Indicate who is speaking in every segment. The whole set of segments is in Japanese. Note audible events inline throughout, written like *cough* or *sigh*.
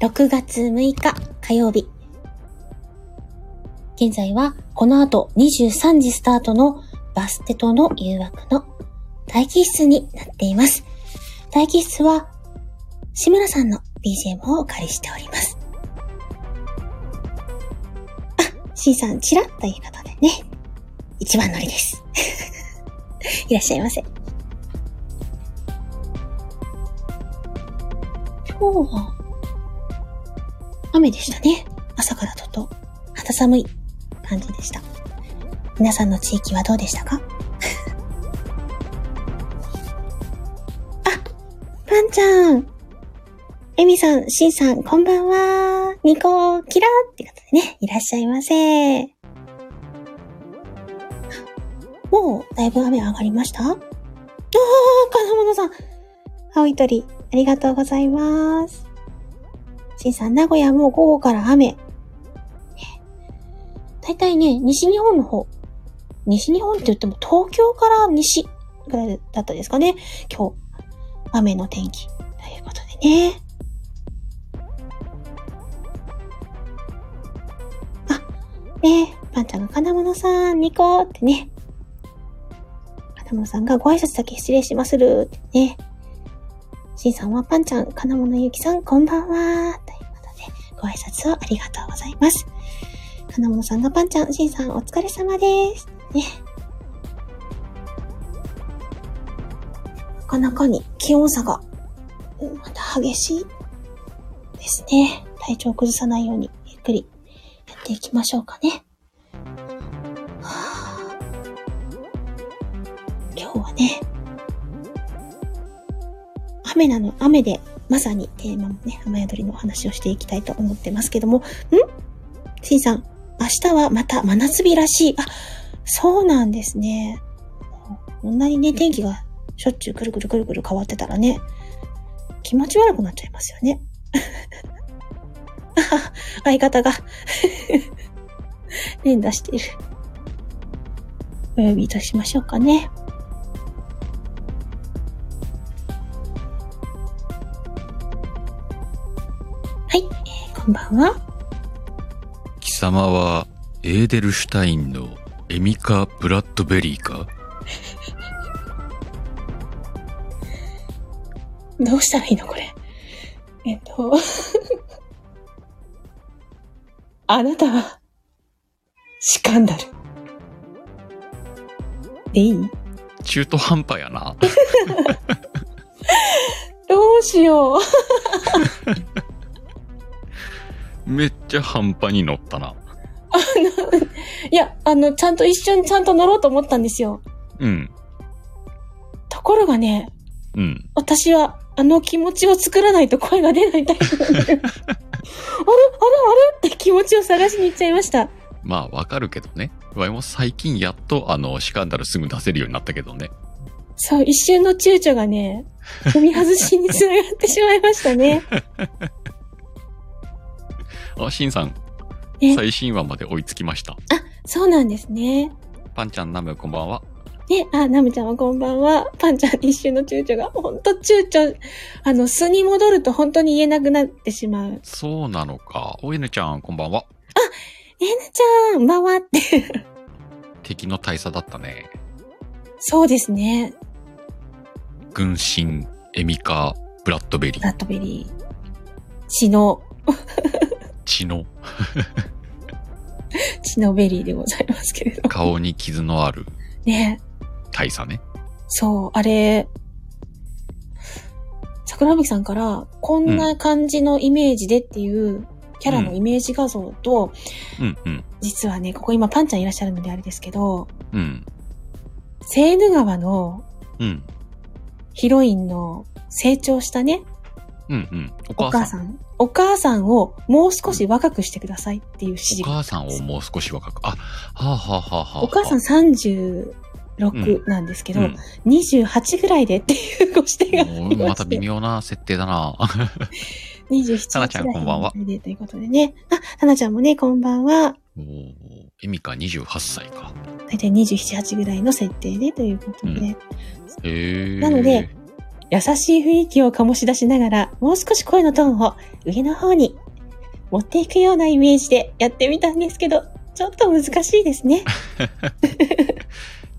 Speaker 1: 6月6日火曜日。現在はこの後23時スタートのバステとの誘惑の待機室になっています。待機室は志村さんの BGM をお借りしております。あ、C さんチラッということでね。一番乗りです。 *laughs* いらっしゃいませ。今日は雨でしたね。朝からちょっと肌寒い感じでした。皆さんの地域はどうでしたか *laughs* あ、パンちゃん。エミさん、シンさん、こんばんは。ニコ、キラーってことでね、いらっしゃいませ。もう、だいぶ雨上がりましたああ、金物さん。青い鳥、ありがとうございます。しんさん、名古屋も午後から雨。ね大体ね、西日本の方。西日本って言っても東京から西ぐらいだったですかね。今日、雨の天気。ということでね。あ、ねえ、パンちゃんが金物さん、ニコってね。金物さんがご挨拶だけ失礼しまするってね。しんさんはパンちゃん、金物ゆきさん、こんばんは。ということで、ご挨拶をありがとうございます。金物さんがパンちゃん、しんさん、お疲れ様です。ね。なかなかに気温差が、うんまた激しいですね。体調を崩さないように、ゆっくりやっていきましょうかね。はぁ今日はね、雨なの、雨で、まさにテーマのね、雨宿りのお話をしていきたいと思ってますけども、んしんさん、明日はまた真夏日らしい。あ、そうなんですね。こんなにね、天気がしょっちゅうくるくるくるくる変わってたらね、気持ち悪くなっちゃいますよね。あはは相方が、連打している。お呼びいたしましょうかね。はい、えーこんばんは。
Speaker 2: 貴様はエーデルシュタインのエミカ・ブラッドベリーか
Speaker 1: どうしたらいいのこれ。えっと。 *laughs* あなたは、シカンダル。でいい
Speaker 2: 中途半端やな *laughs*
Speaker 1: どうしよう。
Speaker 2: めっちゃ半端に乗ったない
Speaker 1: や、あの、ちゃんと一瞬ちゃんと乗ろうと思ったんですよ。
Speaker 2: うん
Speaker 1: ところがね、
Speaker 2: うん
Speaker 1: 私は、あの気持ちを作らないと声が出ないタイプ *laughs* なんで。あれあれあれって気持ちを探しに行っちゃいました。
Speaker 2: まあわかるけどねわいも最近やっとあのシカンダルすぐ出せるようになったけどね
Speaker 1: そう、一瞬の躊躇がね、踏み外しにつながってしまいましたね。 *laughs*
Speaker 2: あしんさん
Speaker 1: え
Speaker 2: 最新話まで追いつきました
Speaker 1: そうなんですね。
Speaker 2: パンちゃんナムこんばんは
Speaker 1: ね、あ、ナムちゃんはこんばんは。パンちゃん一瞬の躊躇が、ほんと躊躇、あの、素に戻ると本当に言えなくなってしまう。ね
Speaker 2: そうなのかおえぬちゃんこんばんは
Speaker 1: えなちゃん、ばわって。
Speaker 2: 敵の大佐だったね
Speaker 1: そうですね。
Speaker 2: 軍神エミカ・ブラッドベリ
Speaker 1: ラ
Speaker 2: ー
Speaker 1: ットベリー。血の、
Speaker 2: 血の
Speaker 1: 血のベリーでございますけれど。
Speaker 2: 顔に傷のある
Speaker 1: ね、
Speaker 2: 大佐ね
Speaker 1: そう、あれ、桜吹さんから、こんな感じのイメージでっていう、キャラのイメージ画像と、
Speaker 2: うんうん
Speaker 1: 実はね、ここ今パンちゃんいらっしゃるのであれですけど、
Speaker 2: うん
Speaker 1: セーヌ川の
Speaker 2: うん
Speaker 1: ヒロインの成長したね、
Speaker 2: うんうん。お
Speaker 1: お
Speaker 2: 母
Speaker 1: 母
Speaker 2: さん。
Speaker 1: さん。お母さんをもう少し若くしてくださいっていう指示
Speaker 2: お
Speaker 1: が。
Speaker 2: 母さんをもう少し若く。あ、はあ、はあはあはあ、
Speaker 1: お母さん36なんですけど、
Speaker 2: うん
Speaker 1: 28ぐらいでっていうご指定があ
Speaker 2: も
Speaker 1: り
Speaker 2: う
Speaker 1: ま
Speaker 2: ま
Speaker 1: したて
Speaker 2: 微、妙な設定だな。 *laughs*
Speaker 1: 27
Speaker 2: タナちゃんこんばんは
Speaker 1: ぐらいでということでね。あ、タナちゃんもね、こんばんは。
Speaker 2: おーエミカ28歳か。
Speaker 1: 大体27、8ぐらいの設定でということで、
Speaker 2: うんへえ。
Speaker 1: なので、優しい雰囲気を醸し出しながら、もう少し声のトーンを上の方に持っていくようなイメージでやってみたんですけど、ちょっと難しいですね。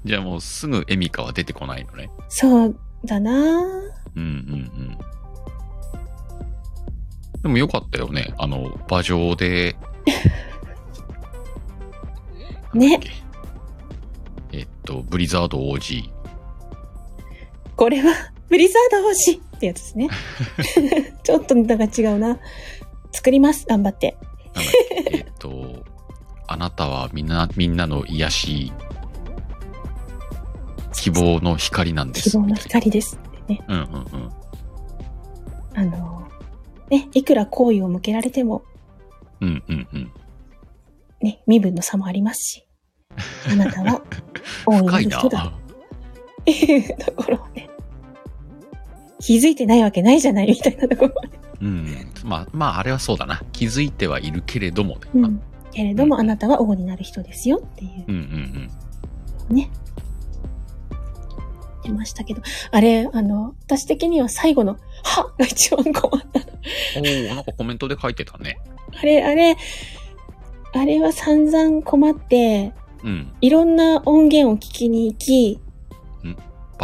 Speaker 2: じゃあもうすぐエミカは出てこないのね。
Speaker 1: そうだなぁ。
Speaker 2: うんうんうん。でもよかったよね。あの、馬上で。
Speaker 1: ね
Speaker 2: なんだっけ。えっと、ブリザード OG。
Speaker 1: これは、 *laughs* ブリザード欲しいってやつ
Speaker 2: *laughs*
Speaker 1: ですね。ちょっとネタが違うな。作ります、頑張って。
Speaker 2: なんだっ
Speaker 1: *laughs*
Speaker 2: けえっと、あなたはみんな、みんなの癒し、希望の光なんです。
Speaker 1: 希望の光です。ね、
Speaker 2: うんうんうん。
Speaker 1: あの、ね、いくら好意を向けられても、
Speaker 2: うんうんうん。
Speaker 1: ね、身分の差もありますし、あなたは、
Speaker 2: *laughs*
Speaker 1: 大
Speaker 2: 深
Speaker 1: い
Speaker 2: い
Speaker 1: の人
Speaker 2: な。
Speaker 1: だ。っていうところをね、気づいてないわけないじゃないみたいなところ。
Speaker 2: うん。まあ、まあ、あれはそうだな。気づいてはいるけれどもね。
Speaker 1: う
Speaker 2: まあ
Speaker 1: ん。けれども、
Speaker 2: うん
Speaker 1: あなたは王になる人ですよっていう
Speaker 2: うんうん
Speaker 1: ね。出ましたけど。あれ、あの、私的には最後の、はが一番困った。
Speaker 2: うん。おおなんかコメントで書いてたね。
Speaker 1: あれ、あれ、あれは散々困って、
Speaker 2: うん。
Speaker 1: いろんな音源を聞きに行き、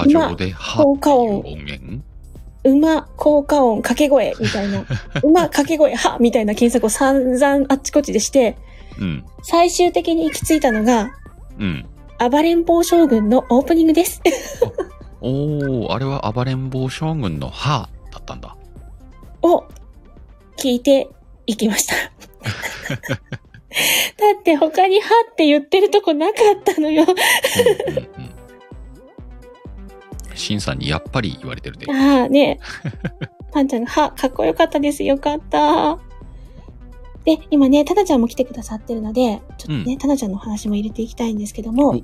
Speaker 2: 馬上で、は
Speaker 1: 効果音
Speaker 2: っていう音源
Speaker 1: 馬、効果音、掛け声、みたいな。馬、掛け声、は、みたいな検索を散々あっちこっちでして、
Speaker 2: うん。
Speaker 1: 最終的に行き着いたのが、
Speaker 2: うん。
Speaker 1: 暴れん坊将軍のオープニングです。 *laughs*
Speaker 2: おおあれは暴れん坊将軍のはだったんだ。
Speaker 1: を聞いていきました。だって他にはって言ってるとこなかったのよ。
Speaker 2: うんうんうん。シンさんにやっぱり言われてるで。
Speaker 1: ああね。パンちゃんが、は、かっこよかったです。よかった。で、今ね、タナちゃんも来てくださってるので、ちょっとね、
Speaker 2: うん
Speaker 1: タナちゃんのお話も入れていきたいんですけども、
Speaker 2: はい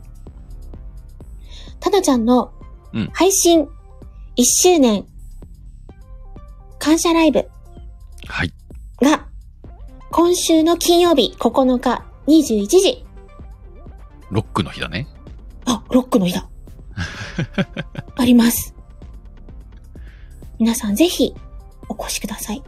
Speaker 1: タナちゃんの
Speaker 2: うん
Speaker 1: 配信1周年感謝ライブ
Speaker 2: はい。
Speaker 1: が、今週の金曜日9日21時。
Speaker 2: ロックの日だね。
Speaker 1: あ、ロックの日 *laughs* だ。あります。皆さんぜひ、お越しください。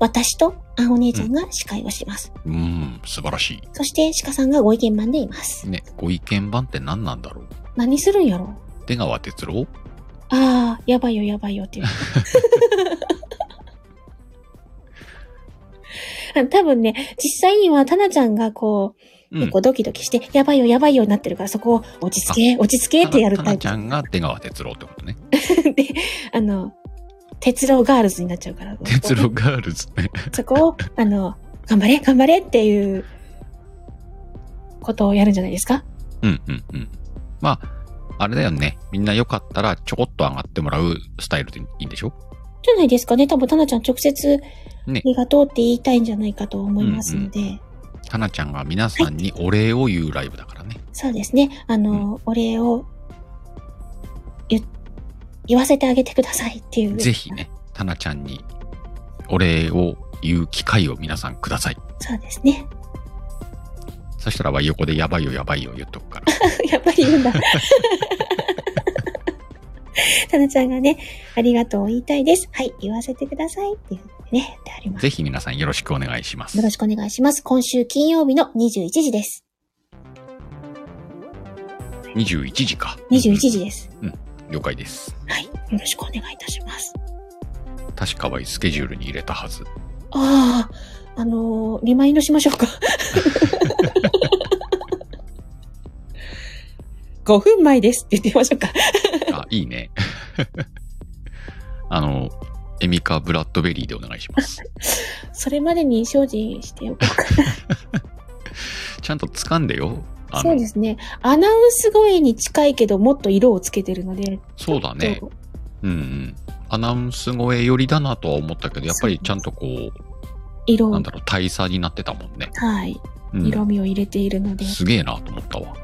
Speaker 1: 私と、あお姉ちゃんが司会をします。
Speaker 2: うん、素晴らし
Speaker 1: そして、鹿さんがご意見番でいます
Speaker 2: い。。ね、ご意見番って何なんだろう
Speaker 1: 何するんやろ
Speaker 2: 出川哲郎
Speaker 1: ああ、やばいよやばいよって *laughs* いう。あの多分ね、実際には、タナちゃんがこう、
Speaker 2: う
Speaker 1: 結
Speaker 2: ん。
Speaker 1: 構ドキドキして、やばいよやばいよになってるから、そこを落ち着け、落ち着けってやる
Speaker 2: か
Speaker 1: タ
Speaker 2: な
Speaker 1: イ
Speaker 2: ちゃんが出川哲郎ってことね。
Speaker 1: プ *laughs* で、あの、鉄郎ガールズになっちゃうから、
Speaker 2: 哲郎ガールズね。
Speaker 1: そこを、あの、頑張れ、頑張れっていう、ことをやるんじゃないですか
Speaker 2: *laughs* うんうんうん。まあ、あれだよね。みんなよかったらちょこっと上がってもらうスタイルでいいんでしょ
Speaker 1: じゃないですかね。多分、タナちゃん直接、あ
Speaker 2: ね
Speaker 1: りがとうって言いたいんじゃないかと思いますので、
Speaker 2: かなちゃんが皆さんにお礼を言うライブだからね。
Speaker 1: そうですね。あの、お礼を、言、言わせてあげてくださいっていう。
Speaker 2: ぜひね、タナちゃんにお礼を言う機会を皆さんください。
Speaker 1: そうですね。
Speaker 2: そしたらは横でやばいよやばいよ言っとくから。
Speaker 1: *laughs* やっぱり言うんだ。タナちゃんがね、ありがとうを言いたいです。はい、言わせてください。っていうふうにね、やってあります。
Speaker 2: ぜひ皆さんよろしくお願いします
Speaker 1: よ。ろしくお願いします。今週金曜日の21時です。
Speaker 2: 21時か。
Speaker 1: 21時です。
Speaker 2: 了解です。
Speaker 1: はい、よろしくお願いいたします。
Speaker 2: 確かはスケジュールに入れたはず。
Speaker 1: ああ、あのーリマインドしましょう *laughs* か。5分前ですって言ってみましょうか。
Speaker 2: あ、いいね。 *laughs* あの、エミカ・ブラッドベリーでお願いします。
Speaker 1: それまでに精進しておこうか
Speaker 2: ちゃんと掴んでよ。あの
Speaker 1: そうですね。アナウンス声に近いけど、もっと色をつけてるので。
Speaker 2: そうだね
Speaker 1: ち。ょっと
Speaker 2: うんうん。アナウンス声寄りだなとは思ったけど、やっぱりちゃんとこ
Speaker 1: 色
Speaker 2: う、な
Speaker 1: を
Speaker 2: ん、だろう、大差になってたもんね。
Speaker 1: はい。
Speaker 2: うん、
Speaker 1: 色味を入れているので、
Speaker 2: すげえなと思ったわ。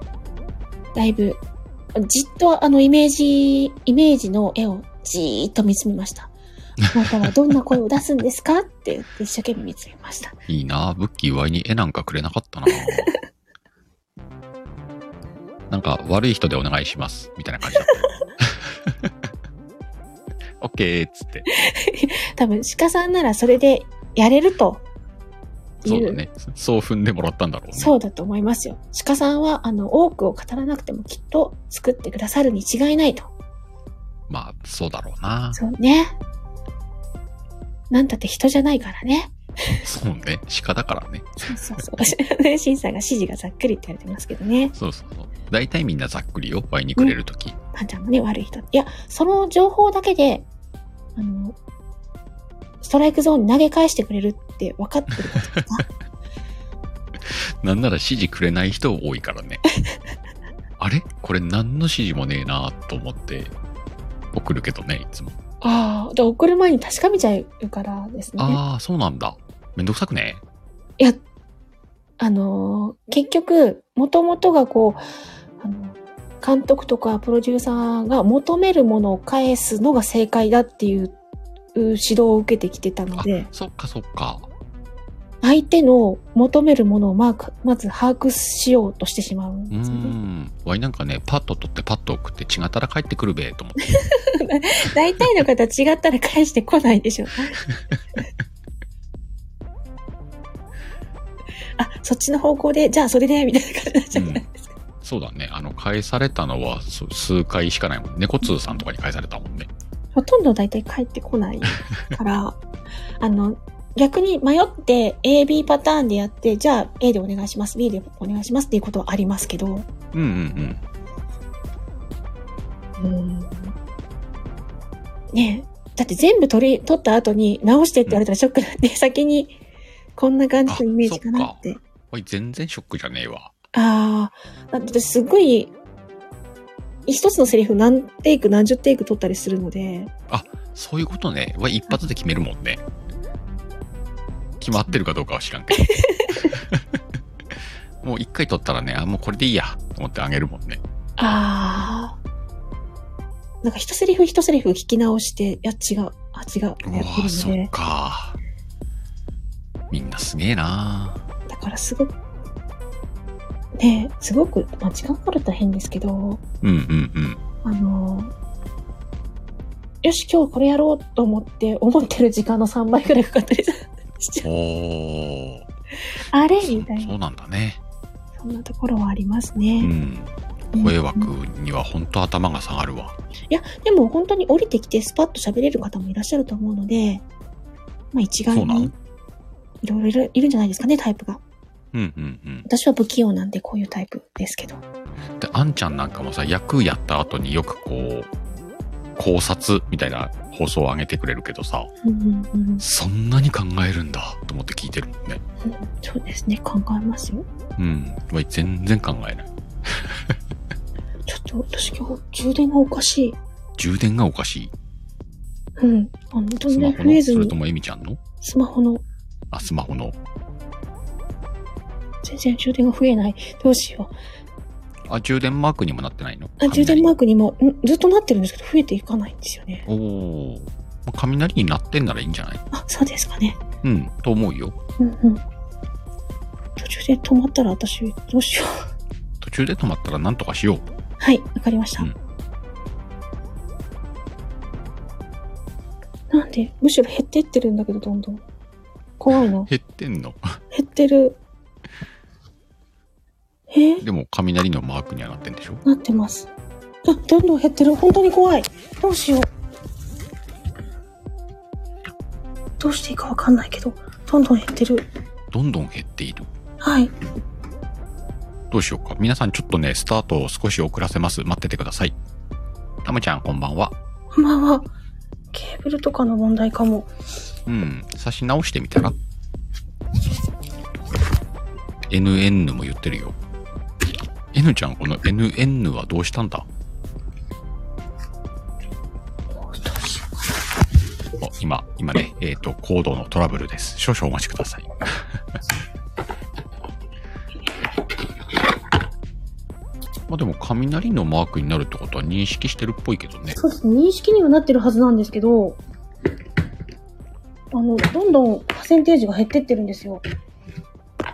Speaker 1: だいぶ、
Speaker 2: *laughs*
Speaker 1: じっとあのイメージ、イメージの絵をじーっと見つめました。またはどんな声を出すんですかって言って一生懸命見つめました。
Speaker 2: いいなあブッキーワイに絵なんかくれな
Speaker 1: *laughs*
Speaker 2: かったななんか悪い人でお願いしますみたいな感じ
Speaker 1: *laughs*
Speaker 2: だった。オッケーっつって。
Speaker 1: 多分鹿さんならそれでやれるとい
Speaker 2: そうだ
Speaker 1: う
Speaker 2: ね。そう踏んでもらったんだろうね。
Speaker 1: そうだと思いますよ。鹿さんは、あの、多くを語らなくてもきっと作ってくださるに違いないと。
Speaker 2: まあ、そうだろうな。
Speaker 1: そうね。なんたって人じゃないからね。
Speaker 2: そうね。鹿だからね。
Speaker 1: そうそうそう。ね、審査が指示がざっくりって言われてますけどね。
Speaker 2: そうそうそう。大体みんなざっくりよ。ワイにくれるとき。
Speaker 1: パンちゃんもね、悪い人。いや、その情報だけで、あの、ストライクゾーンに投げ返してくれるって分かってることですか
Speaker 2: なんなら指示くれない人多いからね。あれこれ何の指示もねえなと思って送るけどね、いつも。
Speaker 1: *laughs* ああ、で送る前に確かめちゃうからですね。
Speaker 2: ああ、そうなんだ。めんどくさくね。
Speaker 1: いや、あのー結局、もともとがこう、あの、監督とかプロデューサーが求めるものを返すのが正解だっていうう指導を受けてきてたの
Speaker 2: あ
Speaker 1: で、、
Speaker 2: そっかそっか。
Speaker 1: 相手の求めるものをまあまず把握しようとしてしまうん
Speaker 2: うー
Speaker 1: ですよね。
Speaker 2: ん。ワイなんかね、パッと取ってパッと送って違ったら帰ってくるべ、と思って。
Speaker 1: 大体の方違ったら返してこないで *laughs* しょうね。あ、そっちの方向で、じゃあそれで、みたいな感じになっちゃうから。
Speaker 2: そうだね。あの、返されたのはそう数回しかないもん。猫通さんとかに返されたもんね。
Speaker 1: ほとんど大体帰ってこないから *laughs* あの逆に迷って AB パターンでやってじゃあ A でお願いします B でお願いしますっていうことはありますけど
Speaker 2: うんうんう
Speaker 1: う
Speaker 2: ん。
Speaker 1: んねえだって全部取り取った後に直してって言われたらショックなんで、先にこんな感じのイメージかなって
Speaker 2: ワイ全然ショックじゃねえわ。
Speaker 1: ああだってすごい一つのセリフ何テイク何十テイク取ったりするので
Speaker 2: そういうことね。ワイ一発で決めるもんね。決まってるかどうか *laughs* は知らんけど。もう一回取ったらね、あ、もうこれでいいや、と思ってあげるもんね。
Speaker 1: ああ。なんか一セリフ一セリフ聞き直して、いや違う、あ違う、やっ
Speaker 2: うわ
Speaker 1: てる
Speaker 2: ぁ、
Speaker 1: の
Speaker 2: そっ
Speaker 1: で、
Speaker 2: か。みんなすげえな
Speaker 1: だからすごく、ねえ、すごく、まあ時間かかると変ですけど、
Speaker 2: うんうんうん。
Speaker 1: あのよし、今日これやろうと思って、思ってる時間の3倍くらいかかったりさ
Speaker 2: *laughs*
Speaker 1: しちゃう。
Speaker 2: おー。
Speaker 1: あれみた
Speaker 2: そ
Speaker 1: いな、
Speaker 2: そうなんだね。
Speaker 1: そんなところはあります
Speaker 2: う
Speaker 1: ね。
Speaker 2: ん。
Speaker 1: うん
Speaker 2: 声枠
Speaker 1: い
Speaker 2: には本当頭が下がるわ。
Speaker 1: や、でも本当に降りてきてスパッと喋れる方もいらっしゃると思うので、まあ一概
Speaker 2: そうなん
Speaker 1: に、いろいろいるいるんじゃないですかね、タイプが。
Speaker 2: うんうんうん。
Speaker 1: 私は不器用なんでこういうタイプですけど。
Speaker 2: で、あんちゃんなんかもさ、役やった後によくこう、考察みたいな放送を上げてくれるけどさ、
Speaker 1: うんうんうん、
Speaker 2: そんなに考えるんだと思って聞いてるもんね。
Speaker 1: そうですね、考えますよ。
Speaker 2: うん。わい全然考えない。
Speaker 1: ちょっと私今日充電がおかしい。
Speaker 2: 充電がおかしい。
Speaker 1: うん。あの、
Speaker 2: ス
Speaker 1: 全
Speaker 2: マ
Speaker 1: 然
Speaker 2: ホ
Speaker 1: 増え
Speaker 2: の
Speaker 1: ず
Speaker 2: それと
Speaker 1: に、
Speaker 2: もエミちゃんの
Speaker 1: スマホの
Speaker 2: あ、スマホの。
Speaker 1: 全然充電が増えない。どうしよう。
Speaker 2: あ、充電マークにもなってないの
Speaker 1: あ充電マ
Speaker 2: ー
Speaker 1: ークにも、んずっとなってるんですけど、増えていかないんですよね。
Speaker 2: ク。おー。まあ雷になってんならいいんじゃない
Speaker 1: あ、そうですかね。
Speaker 2: うん、と思うよ。
Speaker 1: うんうん。途中で止まったら私、どうしよう。
Speaker 2: 途中で止まったら何とかしよう。
Speaker 1: はい、わかりました。
Speaker 2: うん
Speaker 1: なんで、むしろ減っていってるんだけど、どんどん。怖
Speaker 2: *laughs*
Speaker 1: いな。
Speaker 2: 減ってんの。
Speaker 1: 減ってる。えー
Speaker 2: でも雷のマークにはなってんでしょ
Speaker 1: なってます。あ、どんどん減ってる。本当に怖い。どうしよう。どうしていいかわかんないけど、どんどん減ってる。
Speaker 2: どんどん減っている。
Speaker 1: はい。
Speaker 2: どうしようか。皆さんちょっとね、スタートを少し遅らせます。待っててください。たまちゃんこんばんは。
Speaker 1: こんばんは。ケーブルとかの問題かも。
Speaker 2: うん、差し直してみたら ?NN も言ってるよ。N ちゃん、この NN はどうしたんだ
Speaker 1: どうしよ
Speaker 2: お今、今ね、えっ、と、コードのトラブルです。少々お待ちください。 *laughs* まあでも、雷のマークになるってことは認識してるっぽいけどね
Speaker 1: う。そうですね。認識にはなってるはずなんですけど、あの、どんどんパーセンテージが減ってってるんですよ。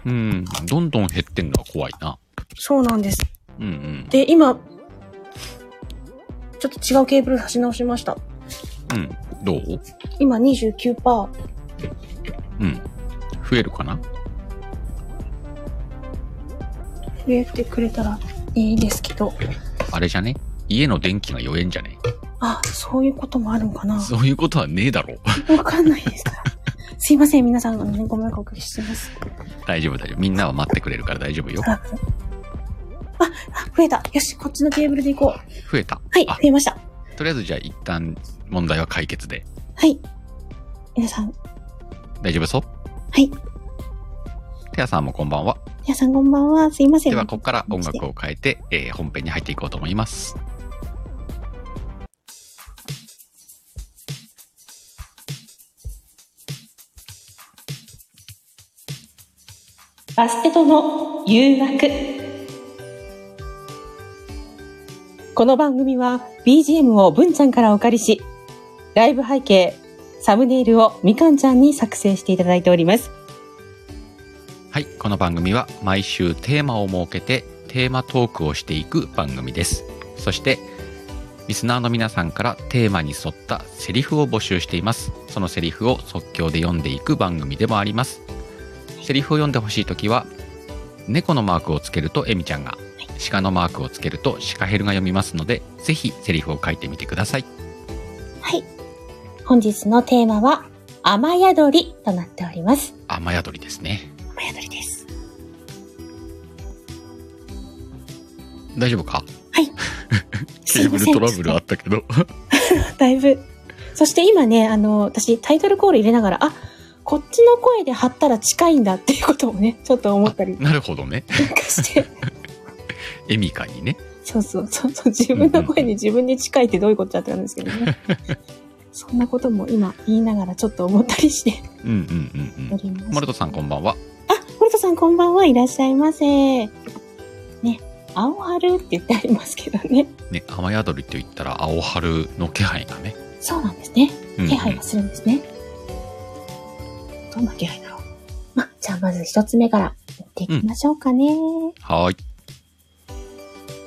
Speaker 2: うん。どんどん減ってんのは怖いな。
Speaker 1: そうなんです。
Speaker 2: うんうん。
Speaker 1: で、今、ちょっと違うケーブル差し直しました。
Speaker 2: うん。どう
Speaker 1: 今29%。
Speaker 2: うん。増えるかな
Speaker 1: 増えてくれたらいいですけど。
Speaker 2: あれじゃね家の電気が弱えんじゃね
Speaker 1: あ、そういうこともあるのかな
Speaker 2: そういうことはねえだろう。 *laughs*
Speaker 1: わかんないです。 *laughs* すいません、皆さん、あのねご迷惑をおかけしてます。
Speaker 2: 大丈夫大丈夫。みんなは待ってくれるから大丈夫よ。
Speaker 1: あ、あ増えた。よし、こっちのテーブルで行こう。
Speaker 2: 増えた。
Speaker 1: はい、増
Speaker 2: あ、
Speaker 1: えました。
Speaker 2: とりあえずじゃあ一旦問題は解決で。
Speaker 1: はい。皆さん、
Speaker 2: 大丈夫そう
Speaker 1: はい。
Speaker 2: テアさんもこんばんは。
Speaker 1: 皆さんこんばんは。すいません。
Speaker 2: では、ここから音楽を変えて、えー本編に入っていこうと思います。
Speaker 1: バステとの誘惑。
Speaker 3: この番組は BGM を文ちゃんからお借りし、ライブ背景、サムネイルをみかんちゃんに作成していただいております。
Speaker 2: はい、この番組は毎週テーマを設けてテーマトークをしていく番組です。そして、リスナーの皆さんからテーマに沿ったセリフを募集しています。そのセリフを即興で読んでいく番組でもあります。セリフを読んでほしいときは、猫のマークをつけるとエミちゃんが、鹿のマークをつけるとシカヘルが読みますので、ぜひセリフを書いてみてください。
Speaker 1: はい。
Speaker 3: 本日のテーマは、雨宿りとなっております。
Speaker 2: 雨宿りですね。
Speaker 1: 雨宿りです。
Speaker 2: 大丈夫か
Speaker 1: すいません
Speaker 2: あったけど。 *laughs*
Speaker 1: だいぶ。そして今ね、あの、私タイトルコール入れながら、あ、こっちの声で貼ったら近いんだっていうことをね、ちょっと思ったり
Speaker 2: なるほどね。
Speaker 1: なんかして。
Speaker 2: エミカにね。
Speaker 1: そうそうそうそう、自分の声に自分に近いってどういうことだってなんですけどね。そんなことも今言いながらちょっと思ったりして
Speaker 2: うんうんうんう
Speaker 1: お
Speaker 2: ん。
Speaker 1: ります。
Speaker 2: モルトさんこんばんは。
Speaker 1: モルトさんこんばんはいらっしゃいませ。ね、青春って言ってありますけどね。
Speaker 2: ね、雨宿りと言ったら青春の気配がね。
Speaker 1: そうなんですね。
Speaker 2: うんうん
Speaker 1: 気配がするんですね。どんな気配だろう。ま、じゃあまず一つ目から行っていきましょうかね。
Speaker 2: はーい。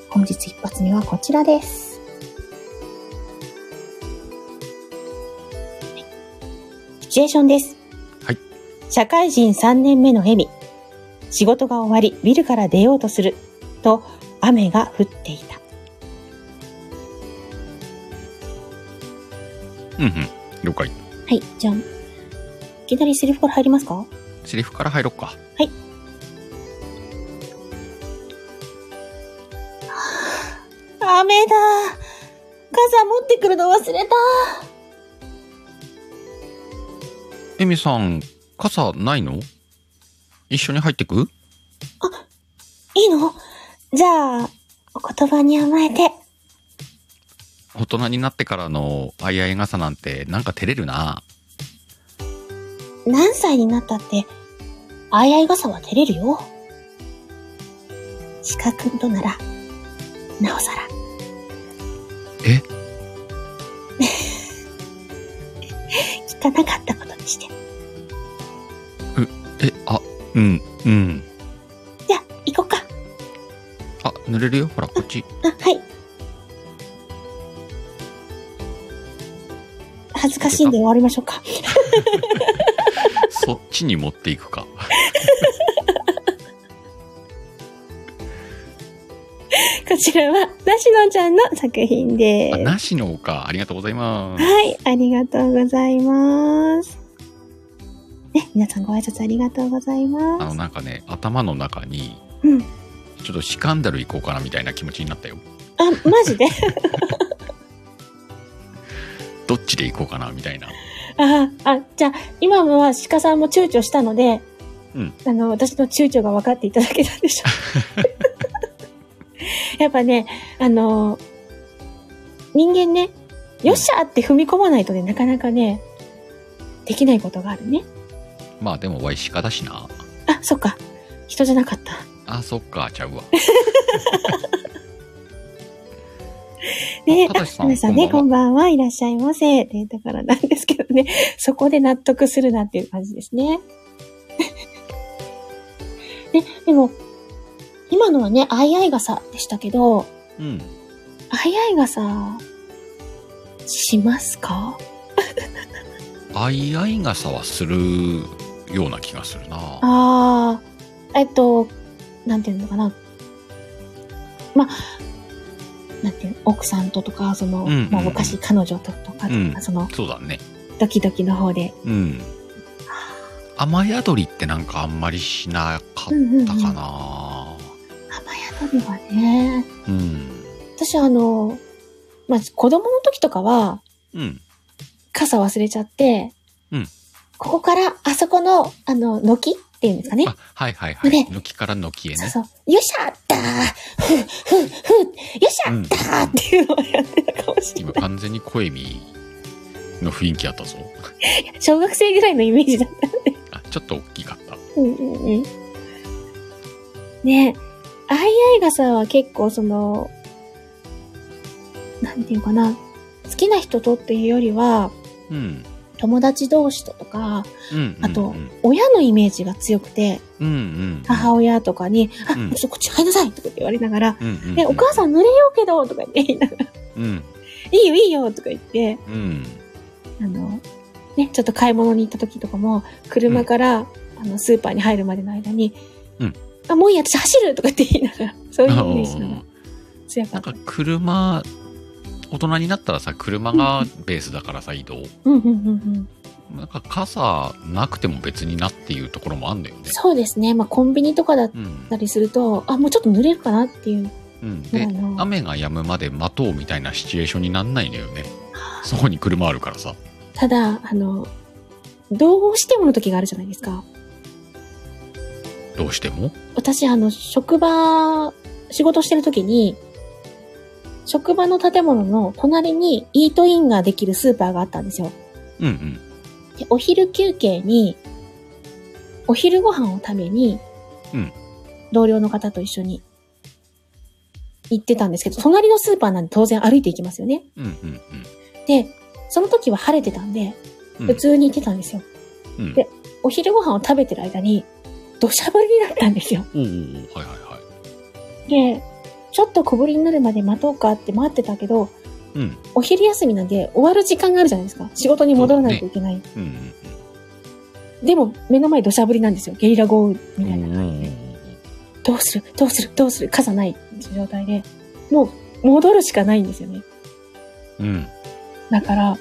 Speaker 1: 本日一発目はこちらです。
Speaker 3: シチュエーションです。
Speaker 2: はい。
Speaker 3: 社会人3年目のエミ。仕事が終わり、ビルから出ようとすると、雨が降っていた。
Speaker 2: うんうん。了解。
Speaker 1: はい、じゃあ、いきなりセリフから入りますか
Speaker 2: セリフから入ろっか。
Speaker 3: 雨だ傘持ってくるの忘れた
Speaker 2: エミさん、傘ないの一緒に入ってく
Speaker 3: いいのじゃあ、お言葉に甘えて。
Speaker 2: 大人になってからのあいあい傘なんてなんか照れるな。
Speaker 3: 何歳になったって、あいあい傘は照れるよ。鹿くんとなら、なおさら。
Speaker 2: え
Speaker 3: *laughs* 聞かなかったことにして。
Speaker 2: え、あ、うん、うん。
Speaker 3: じゃあ、行こうか。
Speaker 2: あ、濡れるよ。ほら、こっ
Speaker 1: *laughs*
Speaker 2: ち。
Speaker 3: あ、はい。恥ずかしいんで終わりましょうか。
Speaker 2: そっちに持っていくか。
Speaker 3: こちらは、なしのちゃんの作品で
Speaker 2: あ、
Speaker 3: す。
Speaker 2: なしのか。ありがとうございます。
Speaker 3: はい、ありがとうございます。ね、皆さんご挨拶ありがとうござい
Speaker 2: あ
Speaker 3: ま
Speaker 2: の、
Speaker 3: す。
Speaker 2: なんかね、頭の中に、
Speaker 3: うん
Speaker 2: ちょっとシカンダル行こうかなみたいな気持ちになったよ。
Speaker 3: あ、マジで
Speaker 2: *laughs* どっちで行こうかなみたいな。
Speaker 3: あ、あ、じゃあ、今のは鹿さんも躊躇したので、
Speaker 2: うん
Speaker 3: あの、私の躊躇が分かっていただけたんでしょう。
Speaker 2: *laughs*
Speaker 3: やっぱね、あの、人間ね、よっしゃーって踏み込まないとね、なかなかね、できないことがあるね。
Speaker 2: まあでも、ワイシカだしな。
Speaker 3: あ、そっか。人じゃなかった。
Speaker 2: あ、そっか、ちゃうわ。
Speaker 1: ね
Speaker 2: あ、た
Speaker 1: あ、
Speaker 2: けしさん
Speaker 1: 皆さんね、
Speaker 2: こ
Speaker 1: こ
Speaker 2: ん
Speaker 1: んばんは、いらっしゃいませ。っていうところなんですけどね、 *laughs* そこで納得するなっていう感じですね。 *laughs* ね、でも、今のはね、あいあい傘でしたけど、
Speaker 2: うん。
Speaker 1: あいあい傘、しますか
Speaker 2: あいあい傘はするような気がするな。
Speaker 1: ああ、えっと、なんていうのかな。まあ、なんていうの、奥さんととか、その、
Speaker 2: うんうんうん
Speaker 1: まあ、昔彼女ととかとか、
Speaker 2: うん
Speaker 1: その、
Speaker 2: そうだね。
Speaker 1: ドキドキの方で。
Speaker 2: うん。雨宿りってなんかあんまりしなか
Speaker 1: うんうんう
Speaker 2: っ
Speaker 1: ん
Speaker 2: たかな。
Speaker 1: 雨宿りはね、
Speaker 2: うん。
Speaker 1: 私あの、まあ、子供の時とかは、
Speaker 2: うん。
Speaker 1: 傘忘れちゃって、
Speaker 2: うん
Speaker 1: ここから、あそこの、あの、軒っていうんですかね。
Speaker 2: あ、はいはいはい。
Speaker 1: ね
Speaker 2: 軒から軒へ
Speaker 1: そう
Speaker 2: ね。
Speaker 1: そう。よっしゃったーふっふっふっよっしゃったーっていうのをやってたかもしれ
Speaker 2: 今
Speaker 1: ない。
Speaker 2: 完全に声見の雰囲気あったぞ。
Speaker 1: 小学生ぐらいのイメージだった。
Speaker 2: あ、ちょっと大きかった。
Speaker 1: うんうんうん。ねえ、あいあい傘は結構その、なんていうかな、好きな人とっていうよりは、
Speaker 2: うん。
Speaker 1: 友達同士ととか、
Speaker 2: うんうん、うん。
Speaker 1: あと親のイメージが強くて、
Speaker 2: うんうん。
Speaker 1: 母親とかに、あ、
Speaker 2: うん
Speaker 1: ちょっとこっち入りなさいとかって言われながら、
Speaker 2: うんうんうん。
Speaker 1: え、お母さん濡れようけどとか言って言いながら、
Speaker 2: うん。
Speaker 1: いいよいいよとか言って、
Speaker 2: うん。
Speaker 1: あの、ね、ちょっと買い物に行った時とかも、車から、あの、スーパーに入るまでの間に、
Speaker 2: うん
Speaker 1: あ、もういいや、私走るとかって言いながら、 *laughs* そういうイメージな
Speaker 2: あ
Speaker 1: の
Speaker 2: ー。
Speaker 1: 強か
Speaker 2: なん
Speaker 1: っ
Speaker 2: か
Speaker 1: た。
Speaker 2: 車、大人になったらさ、車がベースだからさ、移動。
Speaker 1: うんうんうんうん。
Speaker 2: なんか傘なくても別になっていうところもあんだよね。
Speaker 1: そうですね。まあ、コンビニとかだっ
Speaker 2: うん
Speaker 1: た。りすると、あ、もうちょっと濡れるかなっていう。
Speaker 2: うん、で
Speaker 1: なるほ、ど
Speaker 2: 雨が止むまで待とうみたいなシチュエーションになんないのよね。そこに車あるからさ。
Speaker 1: ただ、あの、どうしてもの時があるじゃないですか。
Speaker 2: どうしても
Speaker 1: 私、あの、職場、仕事してる時に、職場の建物の隣にイートインができるスーパーがあったんですよ。
Speaker 2: うんうん。
Speaker 1: で、お昼休憩に、お昼ご飯を食べに、
Speaker 2: うん
Speaker 1: 同僚の方と一緒に行ってたんですけど、隣のスーパーなんで当然歩いていきますよね。
Speaker 2: うんうん
Speaker 1: で、その時は晴れてたんで、
Speaker 2: うん。
Speaker 1: 普通に行ってたんですよ。
Speaker 2: うん。うん
Speaker 1: でお昼ご飯を食べてる間に、土砂降りになったんですよ。
Speaker 2: おうおうおうはいはいはい。
Speaker 1: で、ちょっと小降りになるまで待とうかって待ってたけど、
Speaker 2: うん
Speaker 1: お昼休みなんで終わる時間があるじゃないですか。仕事に戻らないといけない。
Speaker 2: うん
Speaker 1: でも、目の前土砂降りなんですよ。ゲリラ豪雨み
Speaker 2: うんう
Speaker 1: たい
Speaker 2: ん。
Speaker 1: な
Speaker 2: おうおうおうおう
Speaker 1: どうするどうするどうする傘ない状態で、もう戻るしかないんですよね。
Speaker 2: うん
Speaker 1: だから、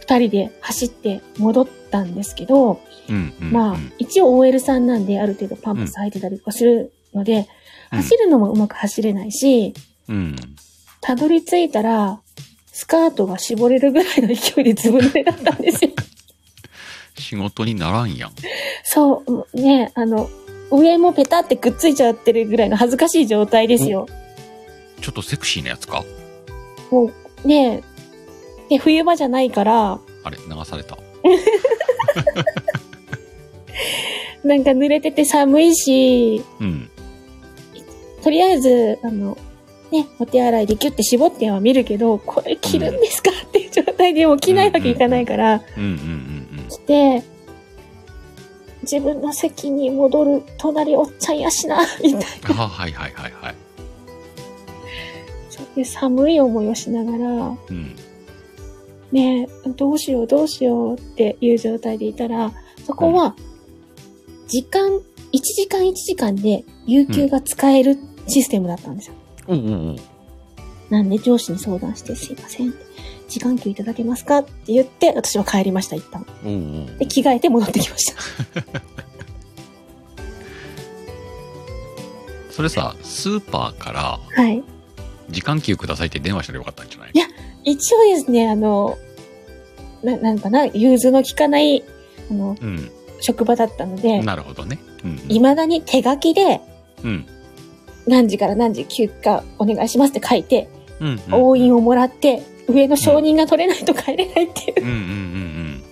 Speaker 1: 二人で走って戻ったんですけど、
Speaker 2: うんうん。
Speaker 1: まあ、一応 OL さんなんである程度パンプス履いてたりとかするので、
Speaker 2: うん
Speaker 1: 走るのもうまく走れないし、
Speaker 2: うん。
Speaker 1: たどり着いたら、スカートが絞れるぐらいの勢いでずぶ濡れだったんです
Speaker 2: *laughs*
Speaker 1: よ。
Speaker 2: 仕事にならんやん。
Speaker 1: そう、もうね、あの、上もペタってくっついちゃってるぐらいの恥ずかしい状態ですよ。
Speaker 2: ちょっとセクシーなやつか
Speaker 1: もう、ねえ、で、冬場じゃないから、
Speaker 2: あれ、流された。
Speaker 1: なんか濡れてて寒いし、
Speaker 2: うん。
Speaker 1: とりあえず、あの、ね、お手洗いでキュッて絞っては見るけど、これ着るんですか、っていう状態でもう着ないわけいかないから、
Speaker 2: うんうんうん
Speaker 1: 着て、自分の席に戻る隣おっちゃんやしな、みたいな。
Speaker 2: うん。ああ、はいはいはいはい。
Speaker 1: そういう寒い思いをしながら、
Speaker 2: うん。
Speaker 1: ねえ、どうしようどうしようっていう状態でいたら、そこは、時間、1時間1時間で有給が使えるシステムだったんですよ。
Speaker 2: おうおうおう
Speaker 1: なんで上司に相談して、すいません。時間給いただけますかって言って、私は帰りました、一旦。
Speaker 2: おうおう
Speaker 1: で、着替えて戻ってきま
Speaker 2: *laughs*
Speaker 1: した。
Speaker 2: それさ、スーパーから
Speaker 1: はい。
Speaker 2: 時間給くださいって電話したらよかったんじゃない
Speaker 1: 一応ですね、あの、な、なんかな、融通の利かない、あの、
Speaker 2: うん。
Speaker 1: 職場だったので、
Speaker 2: なるほどね。うん。
Speaker 1: 未だに手書きで、
Speaker 2: うん。
Speaker 1: 何時から何時休暇お願いしますって書いて、
Speaker 2: うん。
Speaker 1: 応
Speaker 2: を。
Speaker 1: 印をもらって、上の承認が取れないと帰れないっていう
Speaker 2: うんうんうんうん。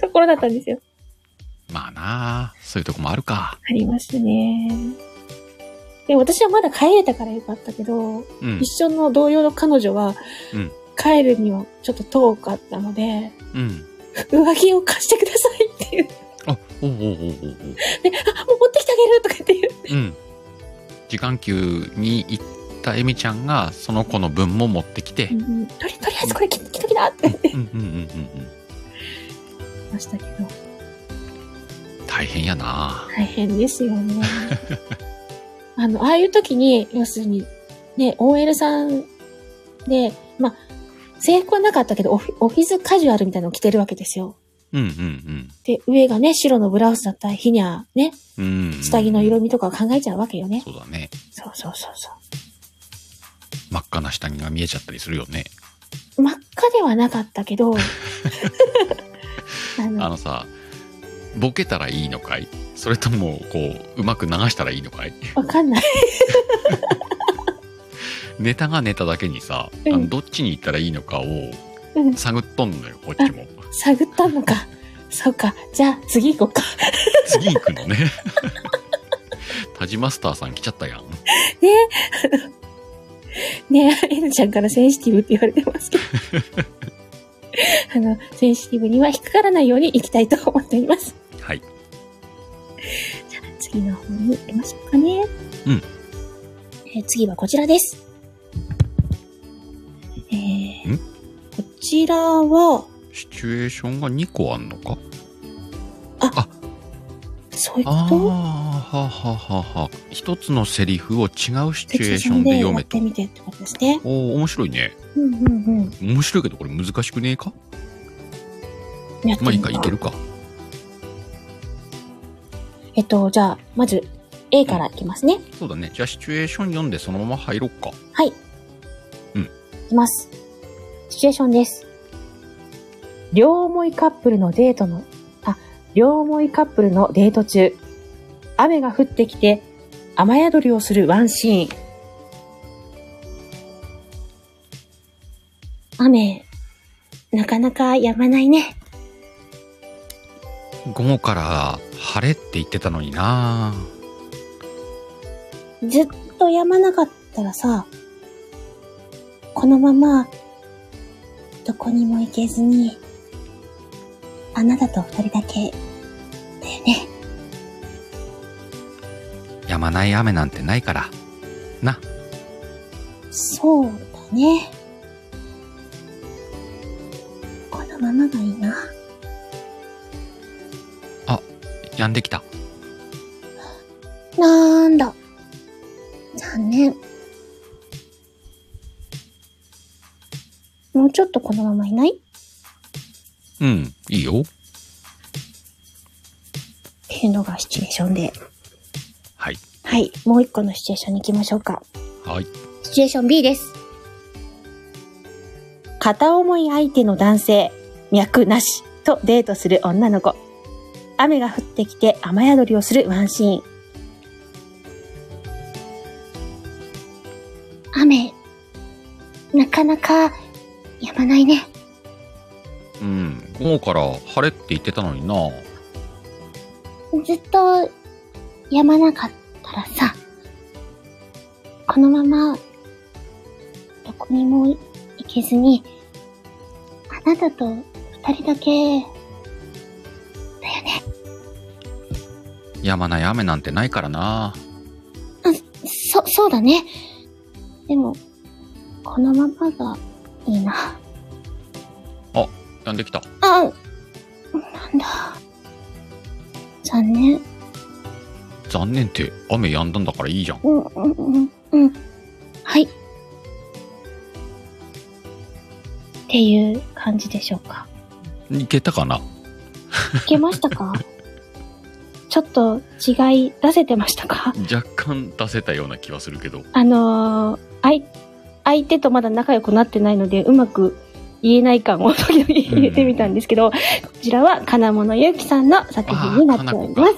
Speaker 1: ところだったんですよ。
Speaker 2: まあなあ、そういうとこもあるか。
Speaker 1: ありますね。で、私はまだ帰れたからよかったけど、
Speaker 2: うん。
Speaker 1: 一緒の同僚の彼女は
Speaker 2: うん、
Speaker 1: 帰るにはちょっと遠かったので、
Speaker 2: うん。
Speaker 1: 上着を貸してくださいって言っ
Speaker 2: あ、おうおうおうおうおう。
Speaker 1: て、あ、もう持ってきてあげるとかって言う。
Speaker 2: うん。時間給に行ったエミちゃんが、その子の分も持ってきて、
Speaker 1: うんうんとり、とりあえずこれ着着ときなって言って
Speaker 2: うんうんうんうん
Speaker 1: ましたけど、
Speaker 2: うん。大変やな
Speaker 1: 大変ですよね。 *laughs* あの、ああいう時に、要するに、ね、OL さんで、まあ、制服はなかったけど、オフィオフィスカジュアルみたいなのを着てるわけですよ。
Speaker 2: うんうん
Speaker 1: で、上がね、白のブラウスだったら、ひにゃ、ね、
Speaker 2: うん。うん。
Speaker 1: 下着の色味とかを考えちゃうわけよね。
Speaker 2: そうだね。
Speaker 1: そうそうそうそ
Speaker 2: 真っ赤な下着が見えちゃったりするよね。
Speaker 1: う。真っ赤ではなかったけ
Speaker 2: *laughs*
Speaker 1: ど、あの
Speaker 2: あのさ、ボケたらいいのかいそれとも、こう、うまく流したらいいのかい *laughs*
Speaker 1: わかんない。
Speaker 2: ネタがネタだけにさ、あ
Speaker 1: う
Speaker 2: の
Speaker 1: ん
Speaker 2: どっちに行ったらいいのかを
Speaker 1: うん、
Speaker 2: 探っとんのよ、こっ
Speaker 1: *laughs*
Speaker 2: ちも。
Speaker 1: 探ったのか。そうか。じゃあ、次行こうか。
Speaker 2: 次行くのね。 *laughs* タジマスターさん来ちゃったやん。
Speaker 1: ね *laughs* え、N ちゃんからセンシティブって言われてますけ
Speaker 2: *laughs*
Speaker 1: ど。あの、センシティブには引っかからないように行きたいと思っています。
Speaker 2: はい。
Speaker 1: 次の方に行きましょうかね。
Speaker 2: うん
Speaker 1: えー次はこちらです。えー
Speaker 2: ん
Speaker 1: こちらは、
Speaker 2: シチュエーションが2個あんのか
Speaker 1: そういう
Speaker 2: あ
Speaker 1: こ
Speaker 2: あ、
Speaker 1: と
Speaker 2: はあはあはあはあ。一つのセリフを違うシチュエーション
Speaker 1: で
Speaker 2: で
Speaker 1: や
Speaker 2: 読め
Speaker 1: っ
Speaker 2: と
Speaker 1: て。みてってことですね。
Speaker 2: おお、面白いね。
Speaker 1: うんうんうん。
Speaker 2: 面白いけどこれ難しくねえか
Speaker 1: やって
Speaker 2: まあいい
Speaker 1: み
Speaker 2: か、
Speaker 1: た
Speaker 2: いけるか。
Speaker 1: えっと、じゃあ、まず A からいきますね。
Speaker 2: そうだね。じゃあシチュエーション読んでそのまま入ろっか。
Speaker 1: はい。
Speaker 2: うん
Speaker 1: いきます。シチュエーションです。
Speaker 3: 両思いカップルのデートの、あ、両思いカップルのデート中、雨が降ってきて、雨宿りをするワンシーン。
Speaker 1: 雨、なかなか止まないね。
Speaker 2: 午後から晴れって言ってたのにな
Speaker 1: ずっと止まなかったらさ、このまま、どこにも行けずに、あなたと二人だけ、だよね。
Speaker 2: やまない雨なんてないから。な。
Speaker 1: そうだね。このままがいいな。
Speaker 2: やんできた。
Speaker 1: なんだ。残念。もうちょっとこのままいない
Speaker 2: うん、いいよ。
Speaker 1: っていうのがシチュエーションで。
Speaker 2: はい。
Speaker 1: はい。もう一個のシチュエーションに行きましょうか。
Speaker 2: はい。
Speaker 1: シチュエーション B です。
Speaker 3: 片思い相手の男性、脈なしとデートする女の子。雨が降ってきて雨宿りをするワンシーン。
Speaker 1: 雨。なかなか、やまないね。
Speaker 2: うん、午後から晴れって言ってたのにな
Speaker 1: ずっと、やまなかったらさ、このまま、どこにも行けずに、あなたと二人だけ、
Speaker 2: やまない雨なんてないからな
Speaker 1: そ、そうだね。でも、このままがいいな。
Speaker 2: やんできた。
Speaker 1: あ、なんだ。残念。
Speaker 2: 残念って、雨やんだんだからいいじゃん。
Speaker 1: うん、うん、うん、うん。はい。っていう感じでしょうか。
Speaker 2: いけたかない
Speaker 1: けましたか *laughs* ちょっと違い出せてましたか *laughs*
Speaker 2: 若干出せたような気はするけど。
Speaker 1: あのー、あい、相手とまだ仲良くなってないので、うまく言えない感を時々入れてみたんですけど、こちらは金物ゆうきさんの作品になっております。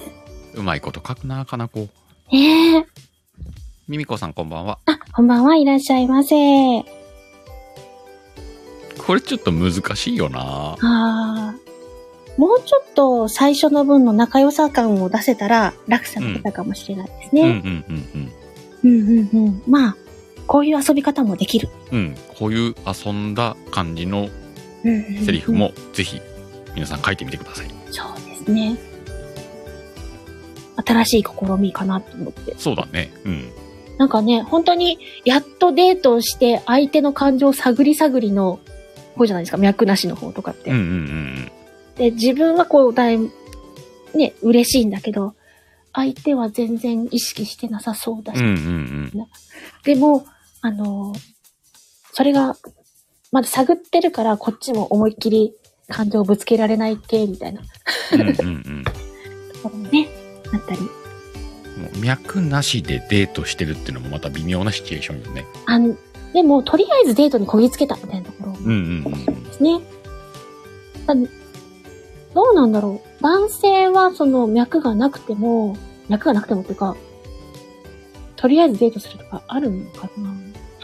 Speaker 2: うまいこと書くなかなこ。
Speaker 1: ねえ。
Speaker 2: ミミコさんこんばんは。
Speaker 1: あ、こんばんはいらっしゃいませ。あ
Speaker 2: これちょっと難しいよな
Speaker 1: あー。もうちょっと最初の分の仲良さ感を出せたら、落差が出たかもしれないです
Speaker 2: うん
Speaker 1: ね。
Speaker 2: うんうんうん。
Speaker 1: うんうんうん。まあ、こういう遊び方もできる。
Speaker 2: うん、こういう遊んだ感じのセ
Speaker 1: セ
Speaker 2: リフ。もぜひ皆さん書いてみてください。
Speaker 1: そうですね。新しい試みかなと思って。
Speaker 2: そうだね。うん。
Speaker 1: なんかね、本当に、やっとデートをして、相手の感情を探り探りの方じゃないですか。脈なしの方とかって。
Speaker 2: うんうんうん
Speaker 1: で、自分はこう、だいぶ、ね、嬉しいんだけど、相手は全然意識してなさそうだ
Speaker 2: うん。
Speaker 1: し。
Speaker 2: うんうん
Speaker 1: でも、あのーそれが、まだ探ってるから、こっちも思いっきり感情をぶつけられない系、みたいなと
Speaker 2: うん。うんうんうん。
Speaker 1: ころもね、あったり。
Speaker 2: もう脈なしでデートしてるっていうのもまた微妙なシチュエーションよね。
Speaker 1: あの、でも、とりあえずデートにこぎつけたみたいなところも
Speaker 2: うんうんうん
Speaker 1: ですね。ただどうなんだろう。男性はその脈がなくても、脈がなくてもっていうか、とりあえずデートするとかあるのかな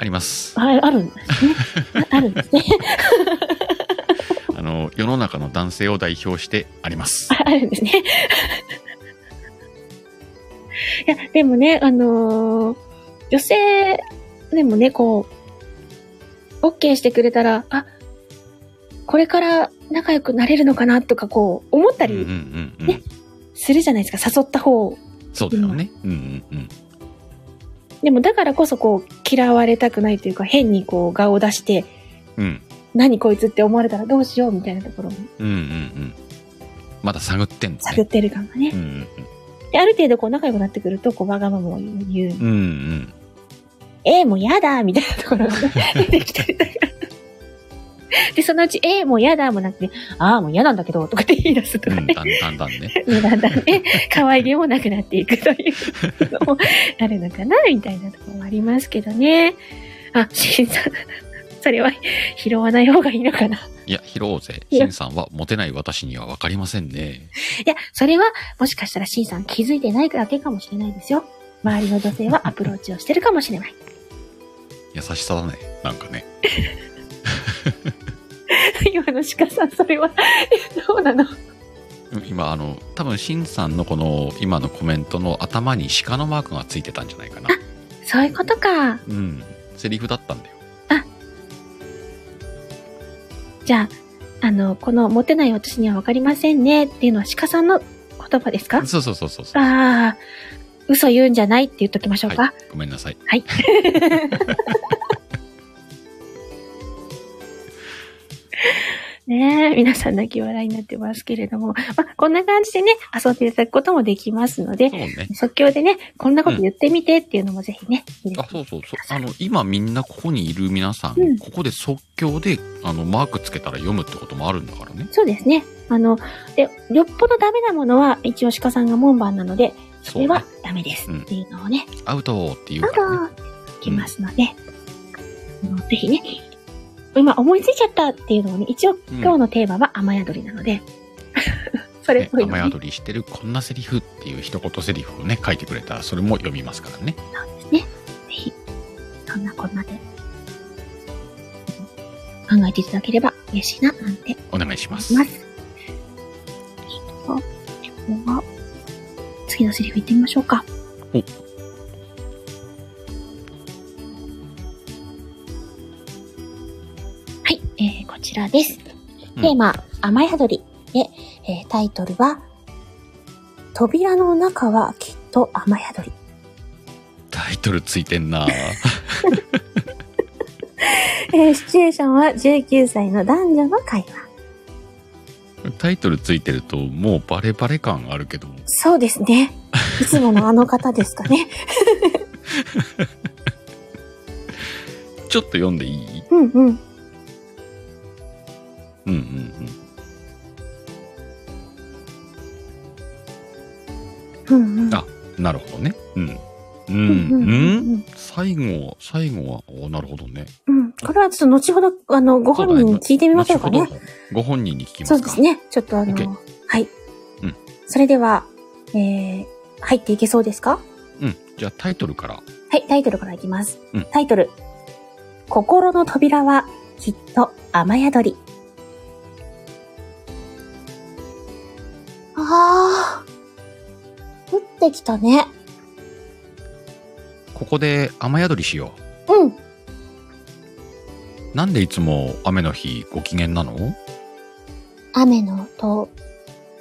Speaker 2: あります。
Speaker 1: ああるんですね。ああるんですね。
Speaker 2: あの、世の中の男性を代表してあります。
Speaker 1: ああるんですね。いや、でもね、あのー女性でもね、こう、OK してくれたら、あ、これから仲良くなれるのかなとか、こう、思った
Speaker 2: うんうん
Speaker 1: り
Speaker 2: うんうん。
Speaker 1: するじゃないですか、誘った方を。
Speaker 2: そうだよね。うんうんうん。
Speaker 1: でも、だからこそ、こう、嫌われたくないというか、変にこう、顔を出して、
Speaker 2: うん
Speaker 1: 何こいつって思われたらどうしようみたいなところも
Speaker 2: うんうんうん。まだ探ってんの
Speaker 1: 探っ
Speaker 2: ね。
Speaker 1: てる感がね。
Speaker 2: うん
Speaker 1: で、ある程度、こう、仲良くなってくると、こう、わがままを言う。
Speaker 2: うんうんうん
Speaker 1: えー、もうやだみたいなところが出てきたりとか。 *laughs* で、そのうち、えー、もうやだもなくて、ああ、もう嫌なんだけど、とかって言い出すと
Speaker 2: う
Speaker 1: か
Speaker 2: ん。
Speaker 1: ね。
Speaker 2: だんだんだんね。
Speaker 1: だんだんね、可愛げもなくなっていくというのもあるのかな、みたいなところもありますけどね。あ、しんさん、それは拾わない方がいいのかな。い
Speaker 2: いや、拾おうぜ。
Speaker 1: いや
Speaker 2: シンさんはモテない私にはわかりませんね。
Speaker 1: や、それは、もしかしたらしんさん気づいてないだけかもしれないですよ。周りの女性はアプローチをしてるかもしれない。
Speaker 2: 優しさだね。なんかね。
Speaker 1: 今の鹿さん、それは、 *laughs* どうなの
Speaker 2: 今、あの、多分シンさんのこの、今のコメントの頭に鹿のマークがついてたんじゃないかな。
Speaker 1: そういうことか。
Speaker 2: うん。セリフだったんだよ。
Speaker 1: じゃあ、あの、このモテない私にはわかりませんねっていうのは鹿さんの言葉ですか
Speaker 2: そうそうそうそうそう。
Speaker 1: ああ、嘘言うんじゃないって言っときましょうか。
Speaker 2: ごめんなさい。
Speaker 1: はい。ねえ、皆さん泣き笑いになってますけれども、まあ、こんな感じでね、遊んでいただくこともできますので
Speaker 2: そ、うね。
Speaker 1: 即興でね、こんなこと言ってみてっていうのもぜひね、入れ
Speaker 2: あ
Speaker 1: て、
Speaker 2: そうそうそう。あの、今みんなここにいる皆さん、
Speaker 1: うん
Speaker 2: ここで即興で、あの、マークつけたら読むってこともあるんだからね。
Speaker 1: そうですね。あの、で、よっぽどダメなものは、一応鹿さんが門番なので、それは
Speaker 2: そ
Speaker 1: ダメです
Speaker 2: う
Speaker 1: っ
Speaker 2: ん
Speaker 1: ていうのをね、
Speaker 2: アウトっていう
Speaker 1: ど
Speaker 2: からね。
Speaker 1: んどんいきますので、あのぜひね、今思いついちゃったっていうのをね、一応今日のテーマは雨宿りなので、 *laughs* それっ
Speaker 2: ね
Speaker 1: ぽいの
Speaker 2: 雨
Speaker 1: ね
Speaker 2: 宿りしてるこんなセリフっていう一言セリフをね、書いてくれたら、それも読みますからね。
Speaker 1: ぜひ、そんなこんなで、考えていただければ嬉しいな、なんて
Speaker 2: お願いします。
Speaker 1: ます。では次のセリフいってみましょうか。
Speaker 2: お
Speaker 1: はい、えーこちらです。
Speaker 2: うん
Speaker 1: テーマ、甘い宿りで、えータイトルは、扉の中はきっと雨宿り。
Speaker 2: タイトルついてんな
Speaker 1: えーシチュエーションは19歳の男女の会話。
Speaker 2: タイトルついてると、もうバレバレ感あるけど、
Speaker 1: そうですね。いつものあの方ですかね。
Speaker 2: ちょっと読んでいい
Speaker 1: うんうん。
Speaker 2: うんうんうん。
Speaker 1: うんうん。
Speaker 2: あなるほどね。うん。う
Speaker 1: う
Speaker 2: ん。
Speaker 1: んう
Speaker 2: うんん最後は、最後は、おなるほどね。
Speaker 1: うん。これはちょっと後ほど、あの、ご本人に聞いてみましょうか
Speaker 2: 後
Speaker 1: ね。
Speaker 2: ほどご本人に聞きます
Speaker 1: そ
Speaker 2: か。
Speaker 1: うですね。ちょっとあの
Speaker 2: OK、
Speaker 1: はい。
Speaker 2: うん
Speaker 1: それでは、えー、入っていけそうですか
Speaker 2: うん。じゃあタイトルから。
Speaker 1: はい、タイトルからいきます。
Speaker 2: うん
Speaker 1: タイトル。心の扉はきっと雨宿り。ああ、降ってきたね。
Speaker 2: ここで雨宿りしよ
Speaker 3: うん。
Speaker 2: う。なんでいつも雨の日ご機嫌なの
Speaker 1: 雨の音、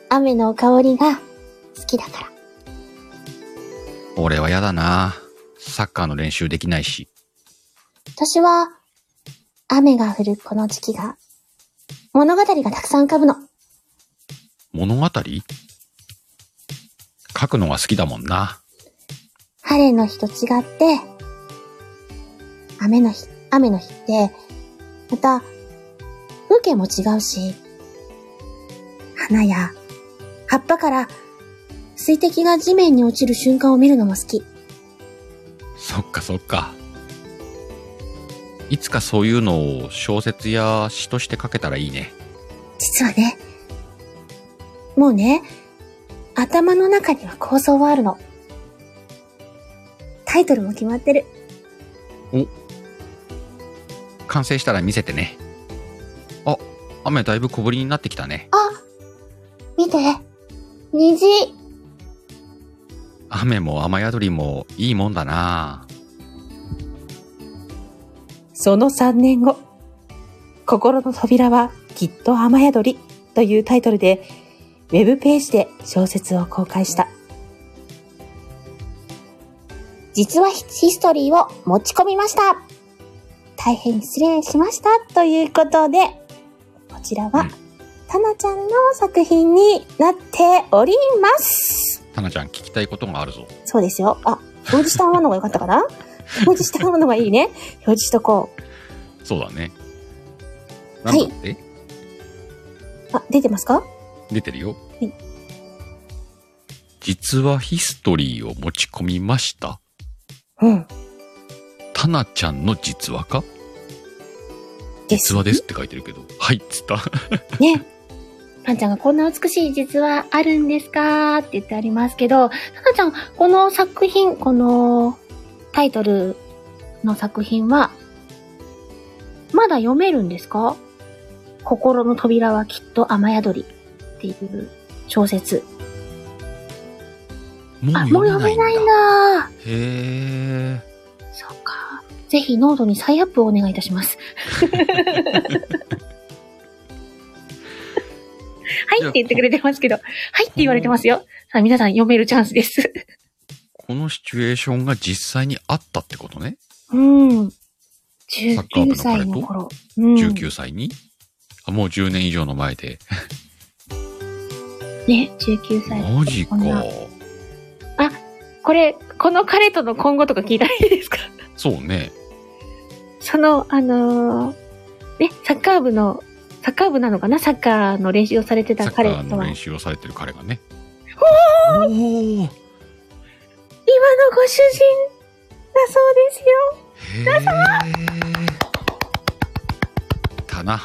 Speaker 1: 雨の香りが好きだから。
Speaker 2: 俺はやだな。サッカーの練習できないし。
Speaker 1: 私は、雨が降るこの時期が、物語がたくさん浮かぶの。
Speaker 2: 物語書くのが好きだもんな。
Speaker 1: 晴れの日と違って、雨の日、雨の日って、また、風景も違うし、花や葉っぱから水滴が地面に落ちる瞬間を見るのも好き。
Speaker 2: そっかそっか。いつかそういうのを小説や詩として書けたらいいね。
Speaker 1: 実はね、もうね、頭の中には構想はあるの。タイトルも決まってる。
Speaker 2: 完成したら見せてね。あ、雨だいぶ小降りになってきたね。
Speaker 1: あ見て虹
Speaker 2: 雨も雨宿りもいいもんだな。
Speaker 3: その3年後、心の扉はきっと雨宿りというタイトルで、ウェブページで小説を公開した。
Speaker 1: 実はヒヒストリーを持ち込みました大変失礼しましたということで、こちら
Speaker 2: う
Speaker 1: は
Speaker 2: ん、
Speaker 1: タナちゃんの作品になっております
Speaker 2: タナちゃん聞きたいことがあるぞ。
Speaker 1: そうですよ。あ、表示したままの方が良かったか
Speaker 2: *laughs*
Speaker 1: な表示したままの方がいいね。表示しとこう。
Speaker 2: そうだね。な
Speaker 1: は
Speaker 2: ん
Speaker 1: い
Speaker 2: だって、
Speaker 1: あ、出てますか
Speaker 2: 出てるよ。
Speaker 1: はい
Speaker 2: 実はヒストリーを持ち込みました。
Speaker 3: うん。
Speaker 2: タナちゃんの実話か
Speaker 1: です
Speaker 2: 実話ですって書いてるけど。はい、つった。
Speaker 1: ね。パンちゃんがこんな美しい実はあるんですかって言ってありますけど、タナちゃん、この作品、このタイトルの作品は、まだ読めるんですか心の扉はきっと雨宿りっていう小説。
Speaker 2: もう
Speaker 1: あ、もう
Speaker 2: 読
Speaker 1: 読
Speaker 2: めない
Speaker 1: め
Speaker 2: んだ。
Speaker 1: ないんだ。
Speaker 2: へえ。
Speaker 1: そうか。ぜひノートに再アップをお願いいたします。はいって言ってくれてますけど、はいって言われてますよ。さあ皆さん読めるチャンスです。
Speaker 2: このシチュエーションが実際にあったってことね。
Speaker 1: うん。
Speaker 2: サッカー部
Speaker 1: 19
Speaker 2: の彼
Speaker 1: 歳
Speaker 2: と
Speaker 1: の頃。うん、
Speaker 2: 19歳に。あもう10年以上の前で。
Speaker 1: ね、19歳の
Speaker 2: マジか
Speaker 1: こ。んなこれ、この彼との今後とか聞いたらいいですか
Speaker 2: そうね。
Speaker 1: その、あのーね、サッカー部の、サッカー部なのかなサッカーの練習をされて
Speaker 2: サ
Speaker 1: た
Speaker 2: ッカ
Speaker 1: 彼
Speaker 2: ー
Speaker 1: と
Speaker 2: の
Speaker 1: は。今
Speaker 2: 練
Speaker 1: の
Speaker 2: 習をされてる彼がね。おおへ
Speaker 1: ご主人だそうですよ。
Speaker 2: え。た
Speaker 1: タ
Speaker 2: な。
Speaker 1: ナ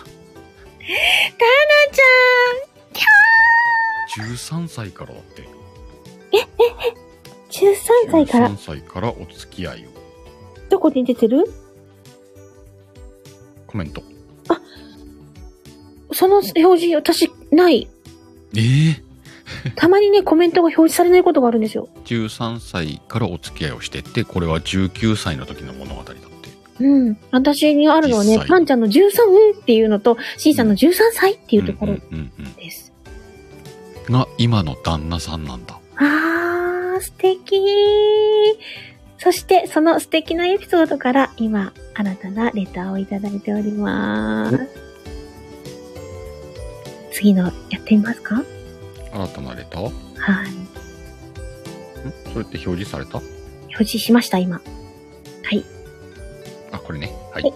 Speaker 1: ち
Speaker 2: 13歳からだって。
Speaker 1: ゃん !13 歳から
Speaker 2: 13。歳からお付き合いを。
Speaker 1: どこに出てる
Speaker 2: コメント。
Speaker 1: その表示、私、 *laughs* ない。
Speaker 2: ええ
Speaker 1: たまにね、コメントが表示されないことがあるんですよ。
Speaker 2: 13歳からお付き合いをしてて、これは19歳の時の物語だって。
Speaker 1: うん。私にあるのは
Speaker 2: 実
Speaker 1: ね
Speaker 2: 際、
Speaker 1: パンちゃんの13っていうのと、シーさんの13歳っていうところ
Speaker 2: んうんうん
Speaker 1: です。
Speaker 2: うんが今の旦那さんなんだ。
Speaker 1: あー、素敵そして、その素敵なエピソードから、今、新たなレターをいただいております。次の、やってみますか
Speaker 2: 新たなレターん
Speaker 1: はい。
Speaker 2: それって表示された
Speaker 1: 表示しました、今。はい。
Speaker 2: あ、これね。はい。
Speaker 1: は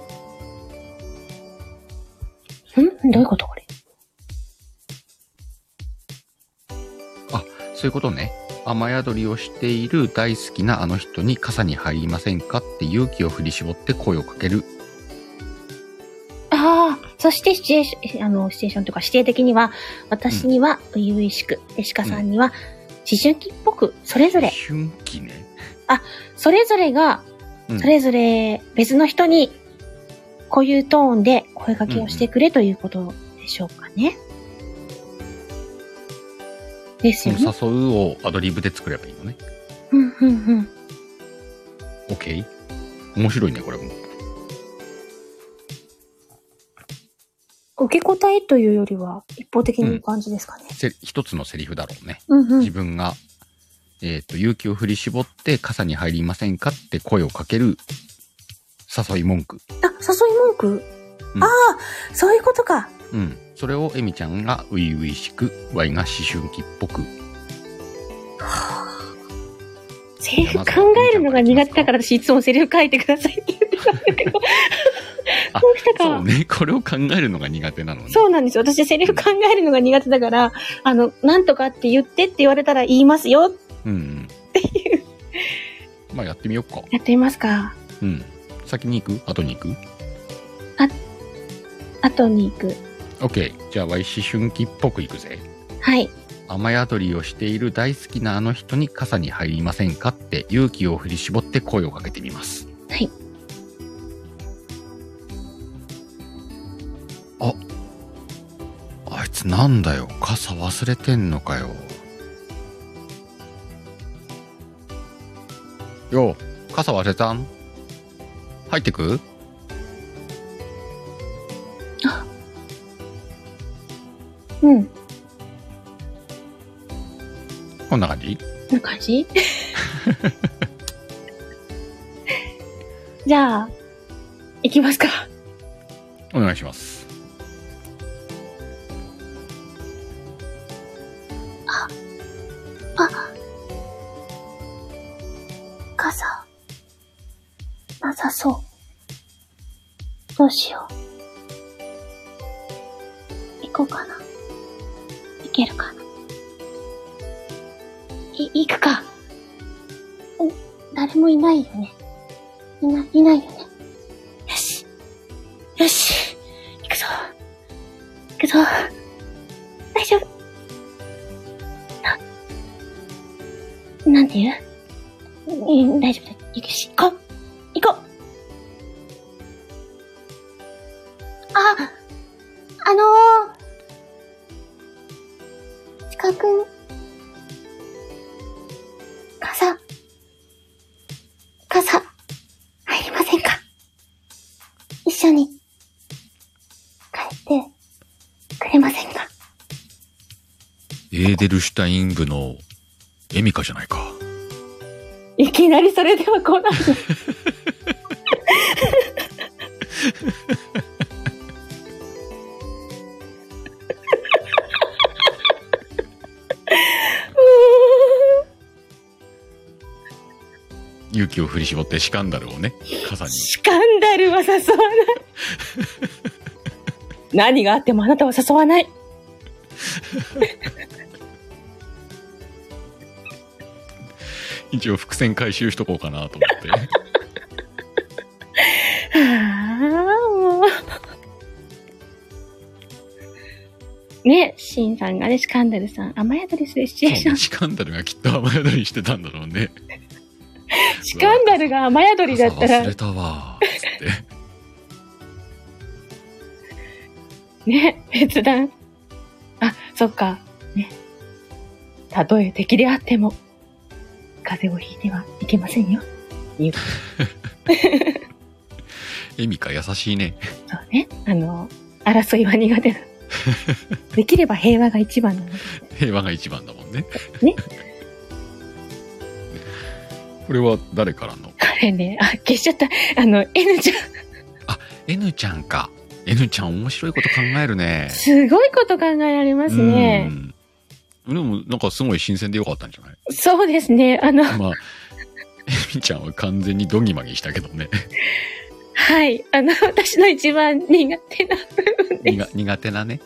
Speaker 1: いんどういうことこれ
Speaker 2: そういうことね。雨宿りをしている大好きなあの人に傘に入りませんかって勇気を振り絞って声をかける。
Speaker 1: ああ、そしてシチュエーション、あの、シチュエーションというか指定的には、私には初々しく、で、鹿さんには思春期っぽく、それぞれ、
Speaker 2: 春季ね。
Speaker 1: それぞれが
Speaker 2: う、ん
Speaker 1: それぞれ別の人に、こういうトーンで声掛けをしてくれということでしょうかね。です
Speaker 2: そ
Speaker 1: よ
Speaker 2: の
Speaker 1: ね。
Speaker 2: 誘うをアドリブで作ればいいのね。
Speaker 1: うん、うん、うん。
Speaker 2: お OK? 面白いね、これも。
Speaker 4: 受け答えというよりは、一方的に言う感じですかね。
Speaker 2: せ一つのセリフだろうね。
Speaker 4: うんう
Speaker 2: 自
Speaker 4: ん。
Speaker 2: 分が、えっ、と、勇気を振り絞って傘に入りませんかって声をかける誘い文句。
Speaker 4: あ、誘い文句、
Speaker 2: うん
Speaker 4: ああ、そういうことか。
Speaker 2: うん。それをエミちゃんが初々しく、Y が思春期っぽく。
Speaker 1: セリフ考えるのが苦手だから私いつもセリフ書いてくださいって言ってたんだけど。こ
Speaker 2: あ
Speaker 1: うした
Speaker 2: そう
Speaker 1: か。
Speaker 2: ね。 *laughs* これを考えるのが苦手なのね。
Speaker 1: そうなんですよ。私セリフ考えるのが苦手だから、あの、なんとかって言ってって言われたら言いますよ。
Speaker 2: うんうん。まあやってみようか。
Speaker 1: やってみますか。
Speaker 2: うん。先に行く後に行く
Speaker 1: 後に行く。
Speaker 2: ?OK。じゃあ Y 思春期っぽく行くぜ。
Speaker 1: はい。
Speaker 2: 雨宿りをしている大好きなあの人に傘に入りませんかって勇気を振り絞って声をかけてみます。
Speaker 1: はい。
Speaker 2: あ、あいつなんだよ。傘忘れてんのかよ。よう、傘忘れたん入ってく
Speaker 1: うん。こ
Speaker 2: こんな感じ
Speaker 1: んな感
Speaker 2: *laughs*
Speaker 1: じじゃあ、行きますか。
Speaker 2: お願いします。
Speaker 4: 傘、なさそう。どうしよう。行こうかな。行けるかな。い、行くか。お、誰もいないよね。いな、いないよね。よし。よし。行くぞ。行くぞ。大丈夫。な、なんて言ううん、大丈夫だ。行くし、行こう行こうあ、あのー、ちかくん、傘、傘、入りませんか一緒に、帰って、くれませんか
Speaker 2: エーデルシュタイン部のエミカじゃないか。
Speaker 1: いきなりそれでは来ない。
Speaker 2: 勇気を振り絞ってシカンダル
Speaker 1: *laughs*
Speaker 2: をね、傘に。
Speaker 1: スカンダルは誘わない。何があってもあなたは誘わない。
Speaker 2: 一応伏線回収しとこうかなと思って。
Speaker 1: ああ、もう。ね、シンさんがね、スカンダルさん、雨宿りするシチュエーション。
Speaker 2: シカンダルがきっと雨宿りしてたんだろうね。
Speaker 1: スカンダルが雨宿りだった
Speaker 2: 傘忘
Speaker 1: ら
Speaker 2: れ、たわー。つ
Speaker 1: *laughs*
Speaker 2: って。
Speaker 1: ね、別段。あ、そっか、ね。たとえ敵であっても、風邪をひいてはいけませんよ。
Speaker 2: エミカ優しいね。
Speaker 1: そうね。あの、争いは苦 *laughs* 手な。できれば平和が一番なの。
Speaker 2: 平和が一番だもんね。
Speaker 1: ね
Speaker 2: *laughs* これは誰からの
Speaker 1: これね、あ、消しちゃった。あの、N ちゃん、
Speaker 2: ?N ちゃんか。N ちゃん面白いこと考えるね。
Speaker 1: すごいこと考えられますね。
Speaker 2: うん。でもなんかすごい新鮮でよかったんじゃない
Speaker 1: そうですね。あの、
Speaker 2: *laughs* まあ、エミちゃんは完全にドギマギしたけど
Speaker 1: *laughs*
Speaker 2: ね。
Speaker 1: はい。あの、私の一番苦手な部分で
Speaker 2: 苦苦手なね。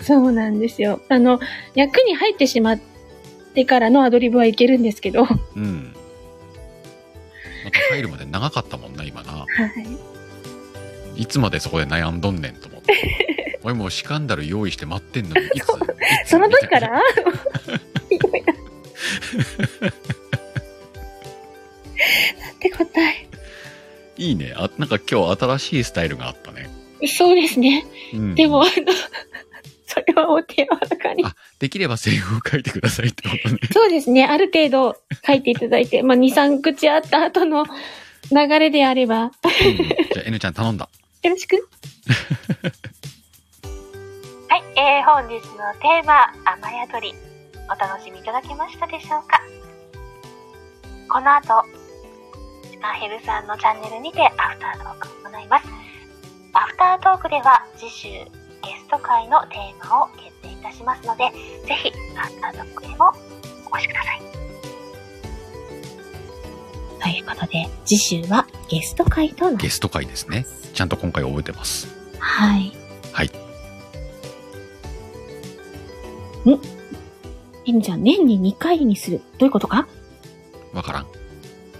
Speaker 1: す。そうなんですよ。あの、役に入ってしまってからのアドリブはいけるんですけど、は
Speaker 2: うん。また入るまで長かったもんな、今な。
Speaker 1: い。
Speaker 2: いつまでそこで悩んどんねんと思って。俺もうシカンダル用意して待ってんのに、いついつ
Speaker 1: その時から *laughs* ひどいな。なんて答
Speaker 2: いいね。あ、なんか今日新しいスタイルがあったね。
Speaker 1: え。そうですね。
Speaker 2: うん
Speaker 1: でも、あの、それれはお手柔らかに
Speaker 2: あ。できればセリフを書いてくださいってことね。
Speaker 1: そうですね。ある程度書いていただいて、まあ、2、3口あった後の流れであれば、
Speaker 2: うんじゃあ、N ちゃん頼んだ。
Speaker 1: よ
Speaker 5: *laughs*
Speaker 1: ろしく。
Speaker 5: はい、えー、本日のテーマ「雨宿り」お楽しみいただけましたでしょうかこの後スパヘルさんのチャンネルにてアフタートークを行いますアフタートークでは次週ゲスト会のテーマを決定いたしますのでぜひアフタートークへもお越しくださいということで次週はゲスト会とな
Speaker 2: ゲスト会ですね。ちゃんと今回覚えてます。
Speaker 5: はい。
Speaker 2: はい。
Speaker 1: えみちゃん、年に2回にする。どういうことか
Speaker 2: わからん。
Speaker 1: ど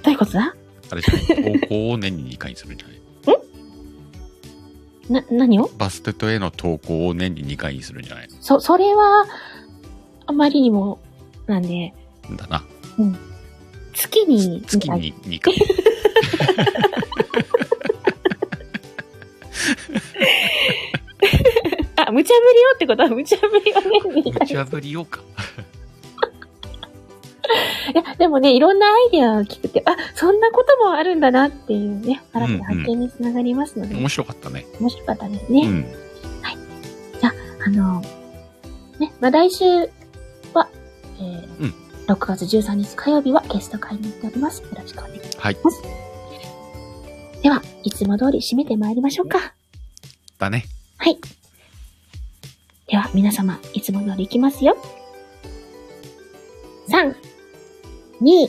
Speaker 1: ういうことだ
Speaker 2: あれじゃない。投稿を年に2回にするんじゃない
Speaker 1: な、何を
Speaker 2: バステットへの投稿を年に2回にするんじゃない
Speaker 1: そ、それは、あまりにも、なんで、
Speaker 2: んだな。
Speaker 1: 月に、
Speaker 2: 月
Speaker 1: はい
Speaker 2: に2回。
Speaker 1: あ、無茶ぶりをってことは、無茶ぶりは年に。
Speaker 2: 無茶ぶりをか。
Speaker 1: いや、でもね、いろんなアイデアを聞くって、あ、そんなこともあるんだなっていうね、新たな発見につながりますので、
Speaker 2: 面白かったね。
Speaker 1: 面白かったです
Speaker 2: う
Speaker 1: ね。
Speaker 2: ん。
Speaker 1: あの、ね、まあ、来週は、えー
Speaker 2: うん
Speaker 1: 6月13日火曜日はゲスト会に行っております。よろしくお願いします。
Speaker 2: はい。
Speaker 1: では、いつも通り締めてまいりましょうか。
Speaker 2: だね。
Speaker 1: はい。では、皆様、いつも通りいきますよ。3、2、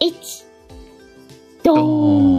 Speaker 1: 1、ドーン